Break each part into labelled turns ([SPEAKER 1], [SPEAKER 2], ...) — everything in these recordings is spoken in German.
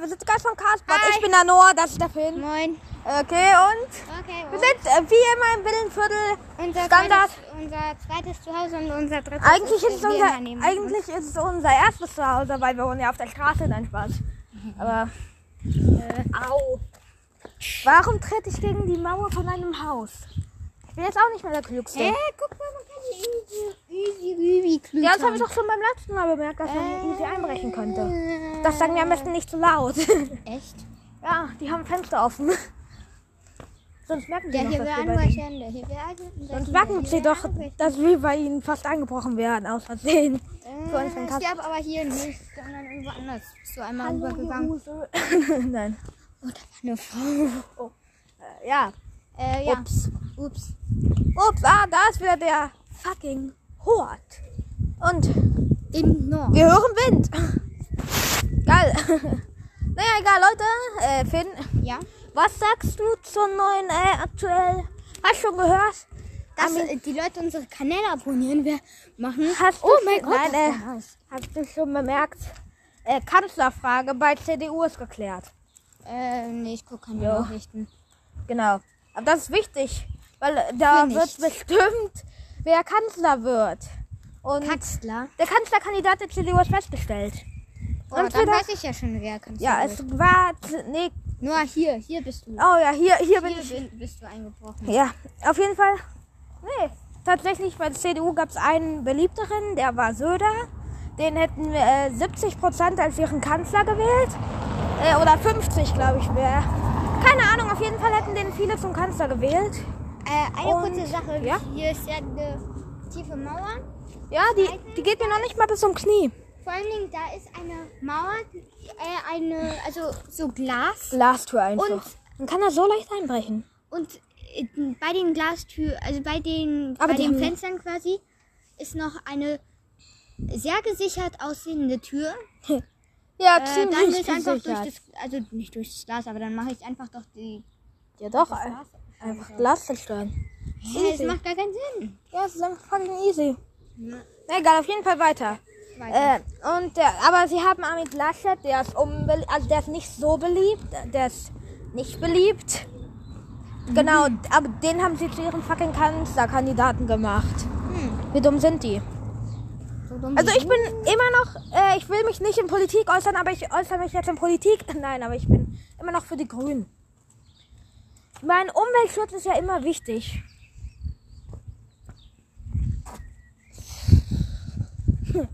[SPEAKER 1] wir sind gerade vom Castbot. Ich bin der Noah, das ist der Finn.
[SPEAKER 2] Moin.
[SPEAKER 1] Okay, und
[SPEAKER 2] Okay,
[SPEAKER 1] wir sind äh, wie immer im Villenviertel.
[SPEAKER 2] unser
[SPEAKER 1] Standard.
[SPEAKER 2] Zweites, unser zweites Zuhause und unser drittes.
[SPEAKER 1] Eigentlich
[SPEAKER 2] wir
[SPEAKER 1] ist, es
[SPEAKER 2] hier
[SPEAKER 1] unser,
[SPEAKER 2] immer neben uns.
[SPEAKER 1] eigentlich ist es unser erstes Zuhause, weil wir wohnen ja auf der Straße, dann Spaß. Aber. Äh, au! Warum trete ich gegen die Mauer von einem Haus? Ich bin jetzt auch nicht mehr der Klügste.
[SPEAKER 2] Hä, Äh, guck mal, man kann hier easy, easy, easy klüger.
[SPEAKER 1] Ja, das habe ich doch schon beim letzten Mal bemerkt, dass
[SPEAKER 2] Äh.
[SPEAKER 1] man easy einbrechen konnte. Das sagen wir am besten nicht zu laut.
[SPEAKER 2] Echt?
[SPEAKER 1] ja, die haben Fenster offen. Sonst merken sie
[SPEAKER 2] Der
[SPEAKER 1] doch,
[SPEAKER 2] hier
[SPEAKER 1] dass
[SPEAKER 2] will
[SPEAKER 1] wir bei denen.
[SPEAKER 2] anbrechen, der hier will anbrechen.
[SPEAKER 1] Sonst merken sie doch, dass wir bei ihnen fast eingebrochen werden, aus Versehen.
[SPEAKER 2] Für
[SPEAKER 1] für uns ein Kasten.
[SPEAKER 2] Äh, Ich habe aber hier nicht, sondern irgendwo anders. Bist du einmal rübergegangen?
[SPEAKER 1] Nein.
[SPEAKER 2] Eine Frau.
[SPEAKER 1] Äh, Ja.
[SPEAKER 2] Äh, ja.
[SPEAKER 1] Ups.
[SPEAKER 2] Ups.
[SPEAKER 1] Ups, ah, da ist wieder der fucking Hort. Und
[SPEAKER 2] Im Nord.
[SPEAKER 1] wir hören Wind. Geil. Naja, egal, Leute. Äh, Finn,
[SPEAKER 2] Ja.
[SPEAKER 1] was sagst du zur neuen äh, aktuell? Hast du schon gehört?
[SPEAKER 2] Dass
[SPEAKER 1] Ami-
[SPEAKER 2] äh, die Leute unsere Kanäle abonnieren, wir machen.
[SPEAKER 1] Hast du
[SPEAKER 2] Oh mein
[SPEAKER 1] schon-
[SPEAKER 2] Gott,
[SPEAKER 1] nein,
[SPEAKER 2] das
[SPEAKER 1] äh,
[SPEAKER 2] war nice.
[SPEAKER 1] Hast du schon bemerkt? Äh, Kanzlerfrage bei CDU ist geklärt.
[SPEAKER 2] Äh, nee, ich gucke keine
[SPEAKER 1] Jo.
[SPEAKER 2] Nachrichten.
[SPEAKER 1] Genau. Aber das ist wichtig, weil äh, da
[SPEAKER 2] Für
[SPEAKER 1] wird
[SPEAKER 2] nichts.
[SPEAKER 1] bestimmt, wer Kanzler wird. Und
[SPEAKER 2] Katzler.
[SPEAKER 1] der Kanzlerkandidat der CDU ist festgestellt.
[SPEAKER 2] Oh,
[SPEAKER 1] Und
[SPEAKER 2] dann
[SPEAKER 1] wieder-
[SPEAKER 2] weiß ich ja schon, wer Kanzler
[SPEAKER 1] Ja,
[SPEAKER 2] wird.
[SPEAKER 1] es war. Nee,
[SPEAKER 2] Nur hier, hier bist du.
[SPEAKER 1] oh ja, hier, hier bin
[SPEAKER 2] hier
[SPEAKER 1] ich.
[SPEAKER 2] bin- bist du eingebrochen.
[SPEAKER 1] Ja, auf jeden Fall. Nee, tatsächlich bei der CDU gab es einen beliebteren, der war Söder. Den hätten äh, 70 Prozent als ihren Kanzler gewählt. Äh, oder 50, glaube ich, wäre. Keine Ahnung, auf jeden Fall hätten den viele zum Kanzler gewählt.
[SPEAKER 2] Äh, eine
[SPEAKER 1] Und-
[SPEAKER 2] kurze Sache.
[SPEAKER 1] ja?
[SPEAKER 2] Hier ist ja eine tiefe Mauer.
[SPEAKER 1] Ja, die, die geht mir noch nicht mal bis zum Knie.
[SPEAKER 2] Vor allen Dingen, da ist eine Mauer, äh, eine, also so Glas.
[SPEAKER 1] Glastür einfach.
[SPEAKER 2] Und-
[SPEAKER 1] Dann kann er so leicht einbrechen.
[SPEAKER 2] Und äh, bei den Glastüren, also bei den,
[SPEAKER 1] Aber
[SPEAKER 2] bei
[SPEAKER 1] die
[SPEAKER 2] den
[SPEAKER 1] haben-
[SPEAKER 2] Fenstern quasi, ist noch eine sehr gesichert aussehende Tür.
[SPEAKER 1] Ja,
[SPEAKER 2] Äh, dann ist einfach durch
[SPEAKER 1] gesichert.
[SPEAKER 2] das, also nicht durch das Glas, aber dann mache ich einfach doch die.
[SPEAKER 1] Ja, doch, ein- einfach Glas zerstören.
[SPEAKER 2] Hä, das macht gar keinen Sinn.
[SPEAKER 1] Ja, das ist einfach fucking easy. Na egal, auf jeden Fall weiter.
[SPEAKER 2] Weiter.
[SPEAKER 1] Äh, und der, aber sie haben Amit Laschet, der ist unbe also der ist nicht so beliebt, der ist nicht beliebt. Genau,
[SPEAKER 2] Mhm.
[SPEAKER 1] aber den haben sie zu ihrem fucking Kanzlerkandidaten gemacht.
[SPEAKER 2] Hm,
[SPEAKER 1] Wie dumm sind die?
[SPEAKER 2] so dumm
[SPEAKER 1] Also
[SPEAKER 2] wie
[SPEAKER 1] ich bin immer noch, äh, ich will mich nicht in Politik äußern, aber ich äußere mich jetzt in Politik. Nein, aber ich bin immer noch für die Grünen. Ich meine, Umweltschutz ist ja immer wichtig.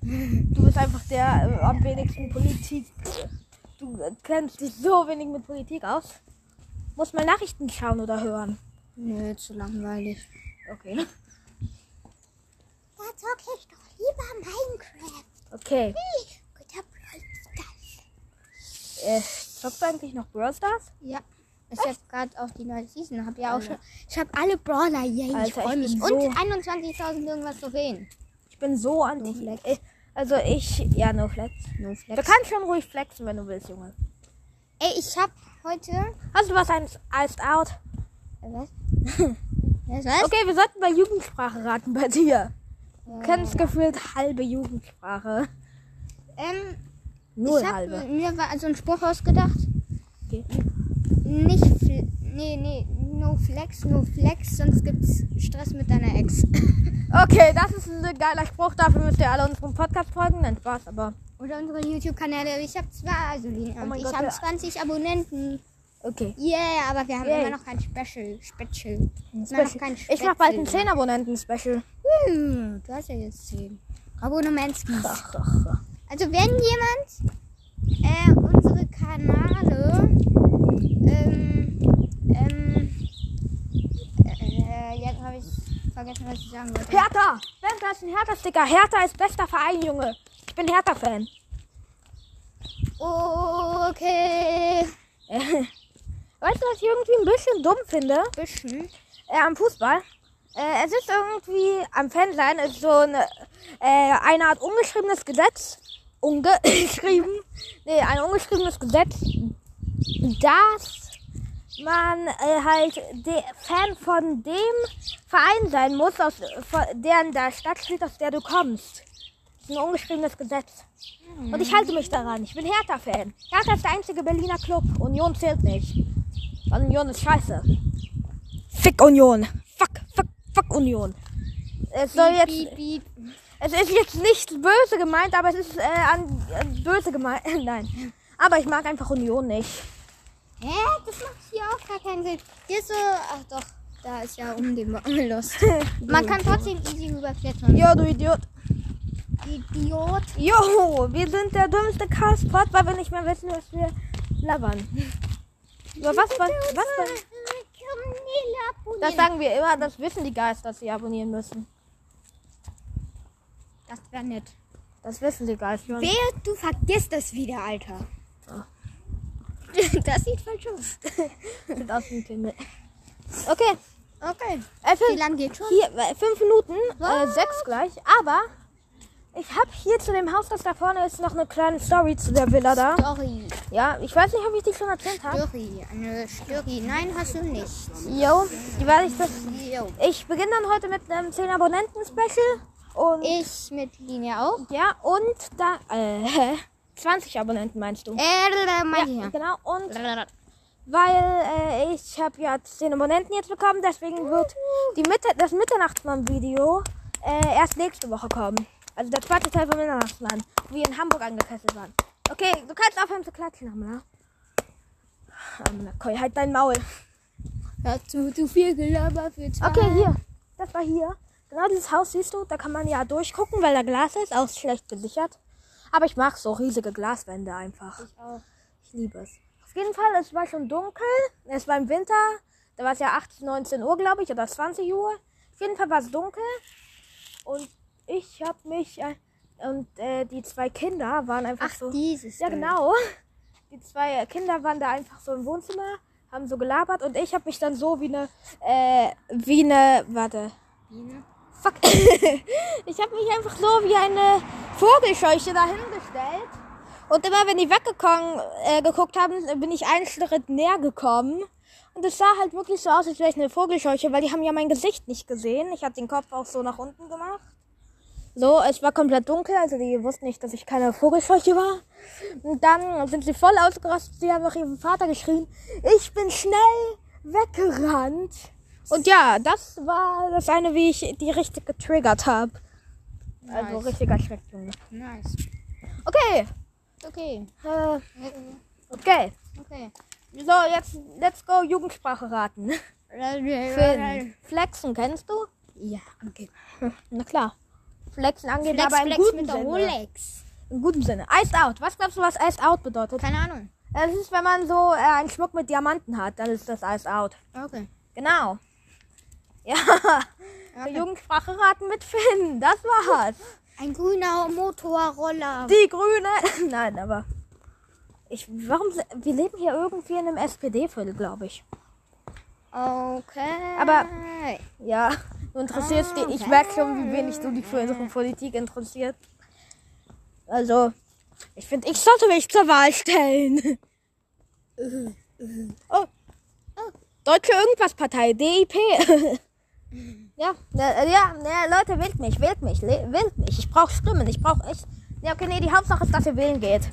[SPEAKER 1] Du bist einfach der äh, am wenigsten Politik. Du äh, kennst dich so wenig mit Politik aus. Muss mal Nachrichten schauen oder hören.
[SPEAKER 2] Nö, zu langweilig.
[SPEAKER 1] Okay.
[SPEAKER 2] Da zocke ich doch lieber Minecraft.
[SPEAKER 1] Okay.
[SPEAKER 2] Guter Brawl
[SPEAKER 1] Äh, zockst du eigentlich noch Brawl Stars?
[SPEAKER 2] Ja. Ich habe gerade auch die neue Season. Hab ja auch schon, ich habe alle Brawler hier.
[SPEAKER 1] Alter,
[SPEAKER 2] ich freue mich.
[SPEAKER 1] ich bin so-
[SPEAKER 2] Und 21.000 irgendwas Trophäen.
[SPEAKER 1] Ich bin so anti.
[SPEAKER 2] No flex.
[SPEAKER 1] Äh, Also ich, ja, no flex.
[SPEAKER 2] No
[SPEAKER 1] Du kannst schon ruhig flexen, wenn du willst, Junge.
[SPEAKER 2] Ey, ich habe heute.
[SPEAKER 1] Hast du was eins Iced Out?
[SPEAKER 2] Äh, Was? was? was?
[SPEAKER 1] Okay, wir sollten bei Jugendsprache raten bei dir. Du
[SPEAKER 2] Äh,
[SPEAKER 1] kennst gefühlt halbe Jugendsprache.
[SPEAKER 2] Ähm,
[SPEAKER 1] Nur
[SPEAKER 2] ich habe
[SPEAKER 1] halbe.
[SPEAKER 2] mir war also einen Spruch ausgedacht.
[SPEAKER 1] Okay.
[SPEAKER 2] Nicht fl- nee, nee, no flex, no flex, sonst gibt's Stress mit deiner Ex.
[SPEAKER 1] okay, das ist ein geiler Spruch. Dafür müsst ihr alle unserem Podcast folgen. Nein, Spaß, aber
[SPEAKER 2] Oder unsere YouTube-Kanäle. Ich habe zwar, also Lina
[SPEAKER 1] Oh
[SPEAKER 2] und
[SPEAKER 1] mein
[SPEAKER 2] ich
[SPEAKER 1] Gott,
[SPEAKER 2] habe
[SPEAKER 1] ja.
[SPEAKER 2] 20 Abonnenten.
[SPEAKER 1] okay.
[SPEAKER 2] Yeah, aber wir haben
[SPEAKER 1] Yay.
[SPEAKER 2] immer noch kein Special. Special. Immer noch kein Special.
[SPEAKER 1] Ich mach ne? bald ein 10 Abonnenten Special.
[SPEAKER 2] Hm, du hast ja jetzt 10. Abonnements. Also wenn jemand äh, unsere Kanäle ähm, ähm, äh, jetzt habe ich vergessen, was ich sagen wollte.
[SPEAKER 1] Hertha! Wer ist ein Hertha-Sticker? Hertha ist bester Verein, Junge. Ich bin Hertha-Fan.
[SPEAKER 2] Oh, Okay.
[SPEAKER 1] Weißt du, was ich irgendwie ein bisschen dumm finde?
[SPEAKER 2] Bisschen.
[SPEAKER 1] äh, am Fußball. Äh, es ist irgendwie am Fansein ist so eine, äh, eine Art ungeschriebenes Gesetz. Ungeschrieben. Nee, ein ungeschriebenes Gesetz, dass man äh, halt de Fan von dem Verein sein muss, aus von, der in der Stadt spielt, aus der du kommst. Das ist ein ungeschriebenes Gesetz. Und ich halte mich daran. Ich bin Hertha-Fan. Hertha ist der einzige Berliner Club. Union zählt nicht. Weil Union ist scheiße. Fick Union. Fuck, fuck, fuck Union. Es soll
[SPEAKER 2] Piep,
[SPEAKER 1] jetzt,
[SPEAKER 2] piep, piep.
[SPEAKER 1] es ist jetzt nicht böse gemeint, aber es ist äh, an, äh, böse gemeint. Nein. Aber ich mag einfach Union nicht.
[SPEAKER 2] Hä? Das macht hier auch gar keinen Sinn. Hier ist so. Ach doch, da ist ja um den Baumlust. Man kann trotzdem easy rüberklettern.
[SPEAKER 1] Jo, du Idiot.
[SPEAKER 2] Idiot.
[SPEAKER 1] Jo, wir sind der dümmste Castpot, weil wir nicht mehr wissen, was wir labern. Über was, was, was, was? Das
[SPEAKER 2] Das,
[SPEAKER 1] sagen wir immer, das wissen die Geister, dass sie abonnieren müssen.
[SPEAKER 2] das wäre nett.
[SPEAKER 1] Das wissen die Geister.
[SPEAKER 2] Wehe, du vergisst das wieder, Alter. Das sieht falsch aus.
[SPEAKER 1] Sind aus dem Tunnel. Okay,
[SPEAKER 2] Okay.
[SPEAKER 1] äh,
[SPEAKER 2] Wie
[SPEAKER 1] fünf,
[SPEAKER 2] lang geht schon?
[SPEAKER 1] hier, äh, fünf Minuten, äh,
[SPEAKER 2] Was?
[SPEAKER 1] sechs gleich, aber ich habe hier zu dem Haus, das da vorne ist, noch eine kleine Story zu der Villa da.
[SPEAKER 2] Story.
[SPEAKER 1] Ja, ich weiß nicht, ob ich die schon erzählt habe.
[SPEAKER 2] Story. Eine Story. Nein, hast du nicht.
[SPEAKER 1] Jo, die werde ich das.
[SPEAKER 2] Jo.
[SPEAKER 1] Ich beginne dann heute mit einem 10 Abonnenten-Special und.
[SPEAKER 2] Ich mit Linie auch.
[SPEAKER 1] Ja, und da. Äh, 20 Abonnenten meinst du?
[SPEAKER 2] Äh, mein
[SPEAKER 1] Ja,
[SPEAKER 2] hier.
[SPEAKER 1] genau. Und weil äh, ich habe ja 10 Abonnenten jetzt bekommen, deswegen wird die Mitte das Mitternachtsmann-Video äh, erst nächste Woche kommen. Also der zweite Teil vom Mitternachtsmann, wo wir in Hamburg angekesselt waren. Okay, du kannst aufhören zu klatschen, Amla. Amla, Koi, halt dein Maul.
[SPEAKER 2] Hast du zu viel gelabert für zwei?
[SPEAKER 1] Okay, hier. Das war hier. Genau dieses Haus siehst du, da kann man ja durchgucken, weil da Glas ist, auch schlecht gesichert. Aber ich mag so riesige Glaswände einfach.
[SPEAKER 2] Ich auch.
[SPEAKER 1] Ich liebe es. Auf jeden Fall, es war schon dunkel. Es war im Winter. Da war es ja 18, 19 Uhr, glaube ich, oder 20 Uhr. Auf jeden Fall war es dunkel. Und ich habe mich. Äh, und äh, die zwei Kinder waren einfach
[SPEAKER 2] Ach,
[SPEAKER 1] so.
[SPEAKER 2] dieses.
[SPEAKER 1] Ja,
[SPEAKER 2] Bild.
[SPEAKER 1] genau. Die zwei Kinder waren da einfach so im Wohnzimmer, haben so gelabert und ich habe mich dann so wie eine, äh, wie eine, warte, fuck. ich habe mich einfach so wie eine Vogelscheuche dahingestellt. Und immer wenn die weggekommen, äh, geguckt haben, bin ich einen Schritt näher gekommen. Und es sah halt wirklich so aus, als wäre ich eine Vogelscheuche, weil die haben ja mein Gesicht nicht gesehen. Ich habe den Kopf auch so nach unten gemacht. So, es war komplett dunkel, also die wussten nicht, dass ich keine Vogelscheuche war. Und dann sind sie voll ausgerastet, sie haben nach ihrem Vater geschrien, ich bin schnell weggerannt. Und ja, das war das eine, wie ich die richtig getriggert habe. Also
[SPEAKER 2] Nice.
[SPEAKER 1] richtiger Schreck, Junge.
[SPEAKER 2] Nice.
[SPEAKER 1] Okay,
[SPEAKER 2] Okay.
[SPEAKER 1] äh, okay.
[SPEAKER 2] Okay.
[SPEAKER 1] So, jetzt, let's go Jugendsprache raten. Finn. Flexen, kennst du?
[SPEAKER 2] Ja, okay.
[SPEAKER 1] Na klar. Flexen angeht
[SPEAKER 2] Flex,
[SPEAKER 1] aber im
[SPEAKER 2] Flex
[SPEAKER 1] guten
[SPEAKER 2] mit der
[SPEAKER 1] Sinne.
[SPEAKER 2] Rolex.
[SPEAKER 1] Im guten Sinne. Iced out. Was glaubst du, was iced out bedeutet?
[SPEAKER 2] Keine Ahnung.
[SPEAKER 1] Das ist, wenn man so äh, einen Schmuck mit Diamanten hat, dann ist das Eis out.
[SPEAKER 2] Okay.
[SPEAKER 1] Genau. Ja,
[SPEAKER 2] Okay.
[SPEAKER 1] Jugendsprache raten mit Finn. Das war's.
[SPEAKER 2] Ein grüner Motorroller.
[SPEAKER 1] Die Grüne. Nein, aber. Ich, warum, se- wir leben hier irgendwie in einem SPD-Viertel, glaube ich.
[SPEAKER 2] Okay.
[SPEAKER 1] Aber- Ja, du interessierst dich. Ich merke schon, wie wenig du dich für unsere Politik interessiert. Also, ich finde, ich sollte mich zur Wahl stellen. Oh. Deutsche Irgendwas-Partei, DIP. ja, äh, ja, ne, Leute, wählt mich, wählt mich, le- wählt mich. Ich brauche Stimmen, ich brauche echt. Ja, okay, nee, die Hauptsache ist, dass ihr wählen geht.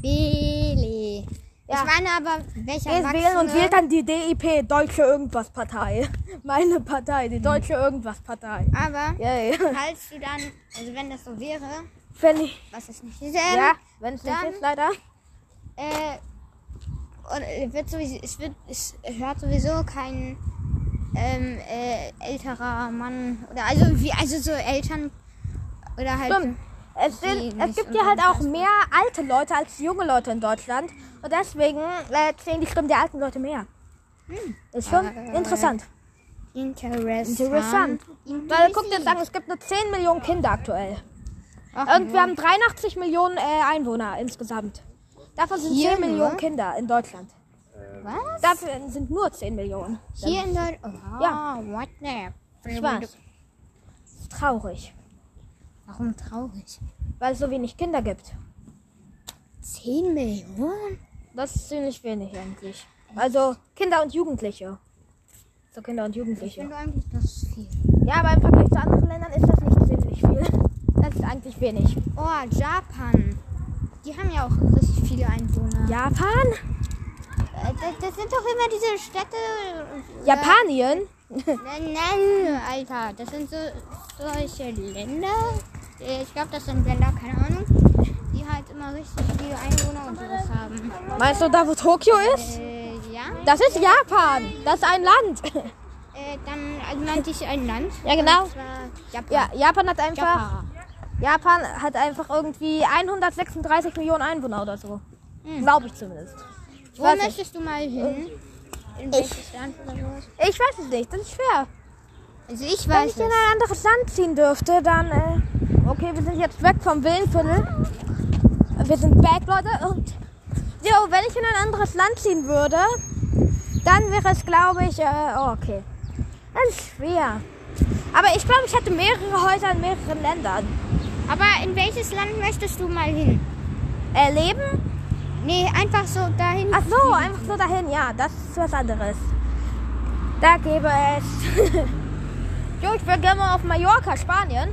[SPEAKER 2] Billy.
[SPEAKER 1] Ja.
[SPEAKER 2] Ich meine aber, welcher
[SPEAKER 1] Geht wählen
[SPEAKER 2] ne?
[SPEAKER 1] und wählt dann die DIP, Deutsche Irgendwas-Partei. Meine Partei, die Deutsche Irgendwas-Partei.
[SPEAKER 2] Aber,
[SPEAKER 1] Yay.
[SPEAKER 2] falls du dann, also wenn das so wäre,
[SPEAKER 1] Wenn ich,
[SPEAKER 2] was es nicht ist,
[SPEAKER 1] ja, wenn es nicht
[SPEAKER 2] Ähm, dann-
[SPEAKER 1] ist, leider.
[SPEAKER 2] äh, und es wird sowieso, es wird, es hört sowieso kein ähm, äh, älterer Mann oder also wie also so Eltern oder halt
[SPEAKER 1] Stimmt. Es,
[SPEAKER 2] Die
[SPEAKER 1] sind, es
[SPEAKER 2] nicht
[SPEAKER 1] gibt ja halt auch mehr alte Leute als junge Leute in Deutschland. Und deswegen äh, zählen die Stimmen der alten Leute mehr. Ist schon
[SPEAKER 2] Äh.
[SPEAKER 1] interessant.
[SPEAKER 2] interessant.
[SPEAKER 1] Interessant. Weil guck dir das an, es gibt nur 10 Millionen Kinder aktuell.
[SPEAKER 2] Ach,
[SPEAKER 1] Und wir haben 83 Millionen äh, Einwohner insgesamt. Davon sind
[SPEAKER 2] Hier
[SPEAKER 1] 10
[SPEAKER 2] nur?
[SPEAKER 1] Millionen Kinder in Deutschland.
[SPEAKER 2] was?
[SPEAKER 1] Dafür sind nur 10 Millionen.
[SPEAKER 2] Hier in Deutschland. Oh,
[SPEAKER 1] Ja.
[SPEAKER 2] what the?
[SPEAKER 1] Ich weiß. Ist traurig,
[SPEAKER 2] Warum traurig?
[SPEAKER 1] weil es so wenig Kinder gibt.
[SPEAKER 2] 10 Millionen?
[SPEAKER 1] Das ist ziemlich wenig eigentlich. Also Kinder und Jugendliche. So Kinder und
[SPEAKER 2] Ich
[SPEAKER 1] Jugendliche.
[SPEAKER 2] finde eigentlich das ist viel.
[SPEAKER 1] Ja, aber im Vergleich zu anderen Ländern ist das nicht ziemlich viel. Das ist eigentlich wenig.
[SPEAKER 2] Oh, Japan. Die haben ja auch richtig viele Einwohner.
[SPEAKER 1] Japan?
[SPEAKER 2] Äh, Das, das sind doch immer diese Städte. äh,
[SPEAKER 1] Japanien?
[SPEAKER 2] Nein, nein, Alter. Das sind so solche Länder. Äh, Ich glaube, das sind Länder, keine Ahnung. Die halt immer richtig viele Einwohner und sowas haben.
[SPEAKER 1] Meinst du da, wo Tokio ist?
[SPEAKER 2] Äh, ja.
[SPEAKER 1] Das ist Japan. Das ist ein Land.
[SPEAKER 2] Äh, dann also nannte ich ein Land.
[SPEAKER 1] Ja, genau.
[SPEAKER 2] Und zwar Japan.
[SPEAKER 1] Ja, Japan hat einfach.
[SPEAKER 2] Japan.
[SPEAKER 1] Japan hat einfach irgendwie 136 Millionen Einwohner oder so.
[SPEAKER 2] Hm.
[SPEAKER 1] Glaube ich zumindest.
[SPEAKER 2] Wo
[SPEAKER 1] weiß
[SPEAKER 2] möchtest du mal hin? In welches Land oder sowas?
[SPEAKER 1] Ich weiß es nicht, das ist schwer.
[SPEAKER 2] Also ich
[SPEAKER 1] Wenn
[SPEAKER 2] weiß
[SPEAKER 1] ich
[SPEAKER 2] es.
[SPEAKER 1] in ein anderes Land ziehen dürfte, dann. Äh, okay, wir sind jetzt weg vom Villenviertel. Wir sind back, Leute. Und. Jo, wenn ich in ein anderes Land ziehen würde, dann wäre es, glaube ich. Äh, oh, okay. Das ist schwer. Aber ich glaube, ich hätte mehrere Häuser in mehreren Ländern.
[SPEAKER 2] Aber in welches Land möchtest du mal hin?
[SPEAKER 1] Erleben?
[SPEAKER 2] Nee, einfach so dahin.
[SPEAKER 1] Ach so, einfach so dahin. Ja, das ist was anderes. Da gäbe es. jo, ich würde gerne mal auf Mallorca, Spanien.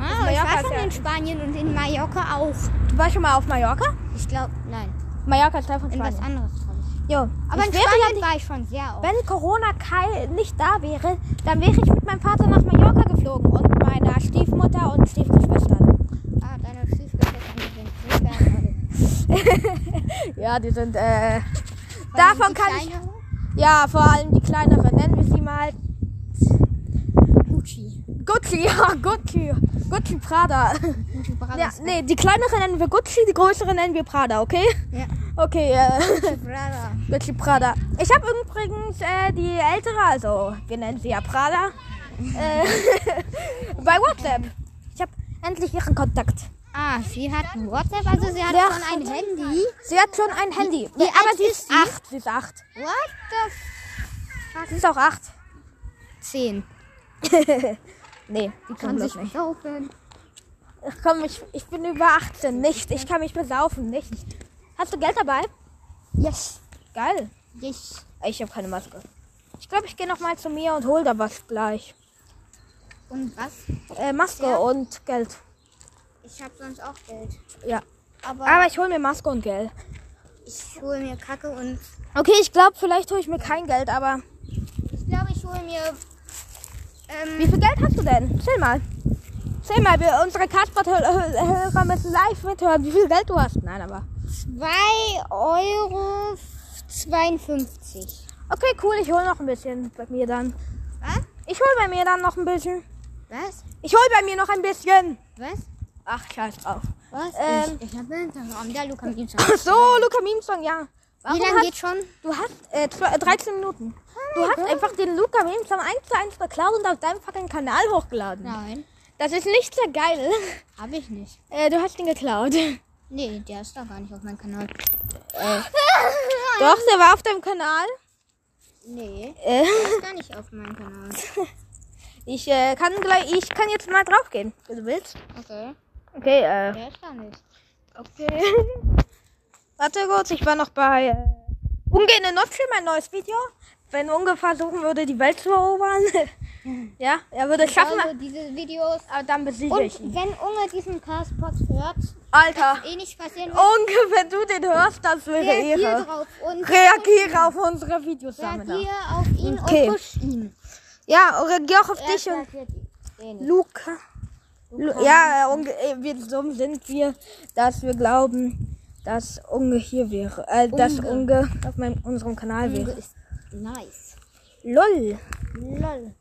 [SPEAKER 2] Ah, ich
[SPEAKER 1] Mallorca
[SPEAKER 2] war
[SPEAKER 1] ist
[SPEAKER 2] schon
[SPEAKER 1] ja- also
[SPEAKER 2] in Spanien und in Mallorca auch.
[SPEAKER 1] Du warst schon mal auf Mallorca?
[SPEAKER 2] Ich glaube, nein.
[SPEAKER 1] Mallorca ist Teil von
[SPEAKER 2] In was
[SPEAKER 1] Spanien.
[SPEAKER 2] anderes glaub ich.
[SPEAKER 1] Jo,
[SPEAKER 2] Aber
[SPEAKER 1] ich
[SPEAKER 2] in
[SPEAKER 1] wäre ja
[SPEAKER 2] Spanien
[SPEAKER 1] nicht,
[SPEAKER 2] war ich schon sehr oft.
[SPEAKER 1] wenn Corona Kai nicht da wäre, dann wäre ich mit meinem Vater nach Mallorca geflogen und meiner Stiefmutter und Stiefgeschwistern.
[SPEAKER 2] Ah, deine Stiefgeschwister sind super. Davon
[SPEAKER 1] Ja, die sind äh, davon kann ich ja vor allem die kleinere nennen wir sie mal
[SPEAKER 2] Gucci.
[SPEAKER 1] Gucci, ja Gucci, Gucci Prada.
[SPEAKER 2] Gucci Prada.
[SPEAKER 1] Ja, nee, die kleinere nennen wir Gucci, die größere nennen wir Prada, okay?
[SPEAKER 2] Ja.
[SPEAKER 1] Okay, äh,
[SPEAKER 2] Gucci Prada.
[SPEAKER 1] Gucci Prada. Ich habe übrigens äh, die ältere, also wir nennen sie ja Prada, äh, bei WhatsApp. Ich habe endlich ihren Kontakt.
[SPEAKER 2] Ah, sie hat ein WhatsApp, also sie hat
[SPEAKER 1] Ja.
[SPEAKER 2] schon ein Handy.
[SPEAKER 1] Sie hat schon ein Handy. aber
[SPEAKER 2] Wie alt
[SPEAKER 1] sie
[SPEAKER 2] ist
[SPEAKER 1] ist
[SPEAKER 2] sie?
[SPEAKER 1] acht. Sie ist acht.
[SPEAKER 2] What the f
[SPEAKER 1] Sie ist auch acht.
[SPEAKER 2] 10.
[SPEAKER 1] Nee, die kann
[SPEAKER 2] Kann
[SPEAKER 1] sich
[SPEAKER 2] sich
[SPEAKER 1] nicht.
[SPEAKER 2] kaufen.
[SPEAKER 1] Ach komm, ich, ich bin über 18. Nicht. Ich kann mich besaufen. Nicht. Hast du Geld dabei?
[SPEAKER 2] Yes.
[SPEAKER 1] Geil.
[SPEAKER 2] Yes.
[SPEAKER 1] Ich habe keine Maske. Ich glaube, ich gehe nochmal zu mir und hol da was gleich.
[SPEAKER 2] Und was?
[SPEAKER 1] Äh, Maske
[SPEAKER 2] Ja.
[SPEAKER 1] und Geld.
[SPEAKER 2] Ich habe sonst auch Geld.
[SPEAKER 1] Ja.
[SPEAKER 2] Aber,
[SPEAKER 1] Aber ich hole mir Maske und Geld.
[SPEAKER 2] ich hole mir Kacke und
[SPEAKER 1] Okay, ich glaube, vielleicht hole ich mir kein Geld, aber.
[SPEAKER 2] ich glaube, ich hole mir
[SPEAKER 1] Wie
[SPEAKER 2] ähm,
[SPEAKER 1] viel Geld hast du denn? Zähl mal. Zähl mal, wir, unsere Kartbot-Hörer müssen live mithören, wie viel Geld du hast. Nein, aber.
[SPEAKER 2] 2,52 Euro. 52.
[SPEAKER 1] Okay, cool, ich hole noch ein bisschen bei mir dann.
[SPEAKER 2] Was?
[SPEAKER 1] Ich hole bei mir dann noch ein bisschen.
[SPEAKER 2] Was?
[SPEAKER 1] Ich hole bei mir noch ein bisschen.
[SPEAKER 2] Was?
[SPEAKER 1] Ach, scheiß drauf.
[SPEAKER 2] Was?
[SPEAKER 1] Ähm.
[SPEAKER 2] ich ich habe einen Tag der Luca mit ihm schon.
[SPEAKER 1] Ach so, Luca Mimsong, ja.
[SPEAKER 2] Wie
[SPEAKER 1] Warum
[SPEAKER 2] lange
[SPEAKER 1] hast,
[SPEAKER 2] geht schon?
[SPEAKER 1] du hast äh, zwei- äh, 13 Minuten. Du hast einfach den Luca Mimsong 1 zu 1 geklaut und auf deinem fucking Kanal hochgeladen.
[SPEAKER 2] Nein,
[SPEAKER 1] Das ist nicht sehr geil.
[SPEAKER 2] habe ich nicht.
[SPEAKER 1] Äh, du hast den geklaut.
[SPEAKER 2] Nee, der ist doch gar nicht auf meinem Kanal. Äh,
[SPEAKER 1] Doch, der war auf deinem Kanal.
[SPEAKER 2] Nee,
[SPEAKER 1] Äh,
[SPEAKER 2] der ist gar nicht auf meinem Kanal.
[SPEAKER 1] ich, äh, kann gleich, ich kann jetzt mal draufgehen, wenn du willst.
[SPEAKER 2] Okay,
[SPEAKER 1] Okay, äh.
[SPEAKER 2] der ist gar nicht.
[SPEAKER 1] Okay. Warte kurz, ich war noch bei äh, Umgehende Notch, mein neues Video. Wenn Unge versuchen würde, die Welt zu erobern. ja, er würde es schaffen,
[SPEAKER 2] Also diese Videos.
[SPEAKER 1] aber dann besiege ich
[SPEAKER 2] Und
[SPEAKER 1] ihn.
[SPEAKER 2] wenn Unge diesen Castbox hört,
[SPEAKER 1] Alter,
[SPEAKER 2] eh nicht passieren wird,
[SPEAKER 1] Unge, wenn du den hörst, das wäre
[SPEAKER 2] reagier
[SPEAKER 1] Ehre.
[SPEAKER 2] drauf und
[SPEAKER 1] Reagiere auf unsere Videos damit.
[SPEAKER 2] reagier auf ihn
[SPEAKER 1] Okay.
[SPEAKER 2] und push ihn.
[SPEAKER 1] Ja, reagiere auch auf
[SPEAKER 2] Er
[SPEAKER 1] dich und
[SPEAKER 2] reagiert eh nicht.
[SPEAKER 1] Luca. Lu ja, äh, Unge, äh, wir, so sind wir, dass wir glauben, dass Unge hier wäre. Äh, dass Unge auf meinem, unserem Kanal
[SPEAKER 2] Unge
[SPEAKER 1] wäre.
[SPEAKER 2] ist nice.
[SPEAKER 1] LOL.
[SPEAKER 2] Lol.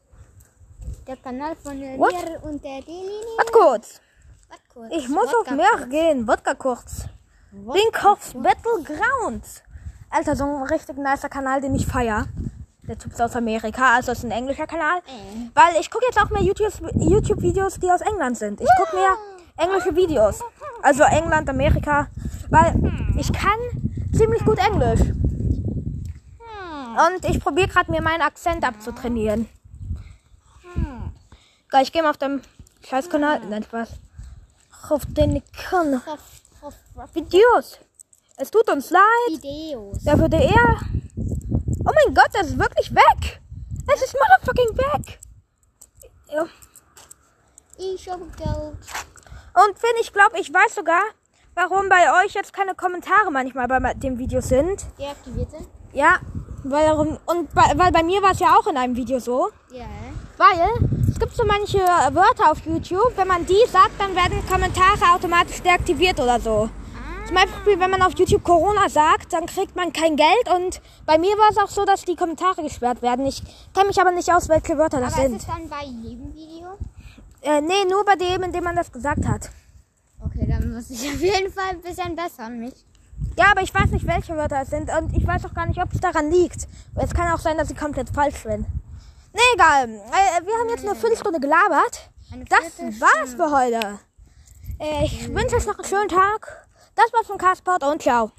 [SPEAKER 2] Der Kanal von der
[SPEAKER 1] What?
[SPEAKER 2] Lehrer und der Delini.
[SPEAKER 1] Warte kurz.
[SPEAKER 2] Warte kurz.
[SPEAKER 1] Ich muss auf
[SPEAKER 2] Wodka.
[SPEAKER 1] mehr gehen. Wodka kurz.
[SPEAKER 2] Wodka.
[SPEAKER 1] Winkhoffs Battlegrounds. Alter, so ein richtig nicer Kanal, den ich feier. Der Typ ist aus Amerika, also ist ein englischer Kanal.
[SPEAKER 2] Äh.
[SPEAKER 1] Weil ich gucke jetzt auch mehr YouTube- YouTube-Videos, die aus England sind. Ich gucke mehr englische Videos. Also England, Amerika. Weil ich kann ziemlich gut Englisch.
[SPEAKER 2] Hm.
[SPEAKER 1] Und ich probiere gerade mir meinen Akzent abzutrainieren. Geil, Ich gehe mal auf dem Scheißkanal. Nein, Spaß. Auf den Kanal.
[SPEAKER 2] Auf- auf- auf
[SPEAKER 1] Videos. Es tut uns leid.
[SPEAKER 2] Videos.
[SPEAKER 1] Da würde er. Oh mein Gott, das ist wirklich weg. Es ist motherfucking weg. Ja.
[SPEAKER 2] Ich hab Geld.
[SPEAKER 1] Und Finn, ich glaube, ich weiß sogar, warum bei euch jetzt keine Kommentare manchmal bei dem Video sind.
[SPEAKER 2] Deaktivierte?
[SPEAKER 1] Ja, weil, darum- und bei, weil bei mir war es ja auch in einem Video so.
[SPEAKER 2] Ja.
[SPEAKER 1] Weil es gibt so manche äh, Wörter auf YouTube, wenn man die sagt, dann werden Kommentare automatisch deaktiviert oder so. Zum Beispiel, wenn man auf YouTube Corona sagt, dann kriegt man kein Geld und bei mir war es auch so, dass die Kommentare gesperrt werden. Ich kenne mich aber nicht aus, welche Wörter das
[SPEAKER 2] Aber ist es
[SPEAKER 1] sind.
[SPEAKER 2] dann bei jedem Video?
[SPEAKER 1] Äh, nee, nur bei dem, in dem man das gesagt hat.
[SPEAKER 2] Okay, dann muss ich auf jeden Fall ein bisschen bessern mich.
[SPEAKER 1] Ja, aber ich weiß nicht, welche Wörter es sind und ich weiß auch gar nicht, ob es daran liegt. Es kann auch sein, dass sie komplett falsch sind. Nee, egal. Äh, wir haben jetzt eine Viertelstunde gelabert.
[SPEAKER 2] Eine
[SPEAKER 1] Das
[SPEAKER 2] Viertelstunde.
[SPEAKER 1] war's für heute. Äh, ich wünsche euch noch einen schönen Tag. Das war's von Carsport und ciao.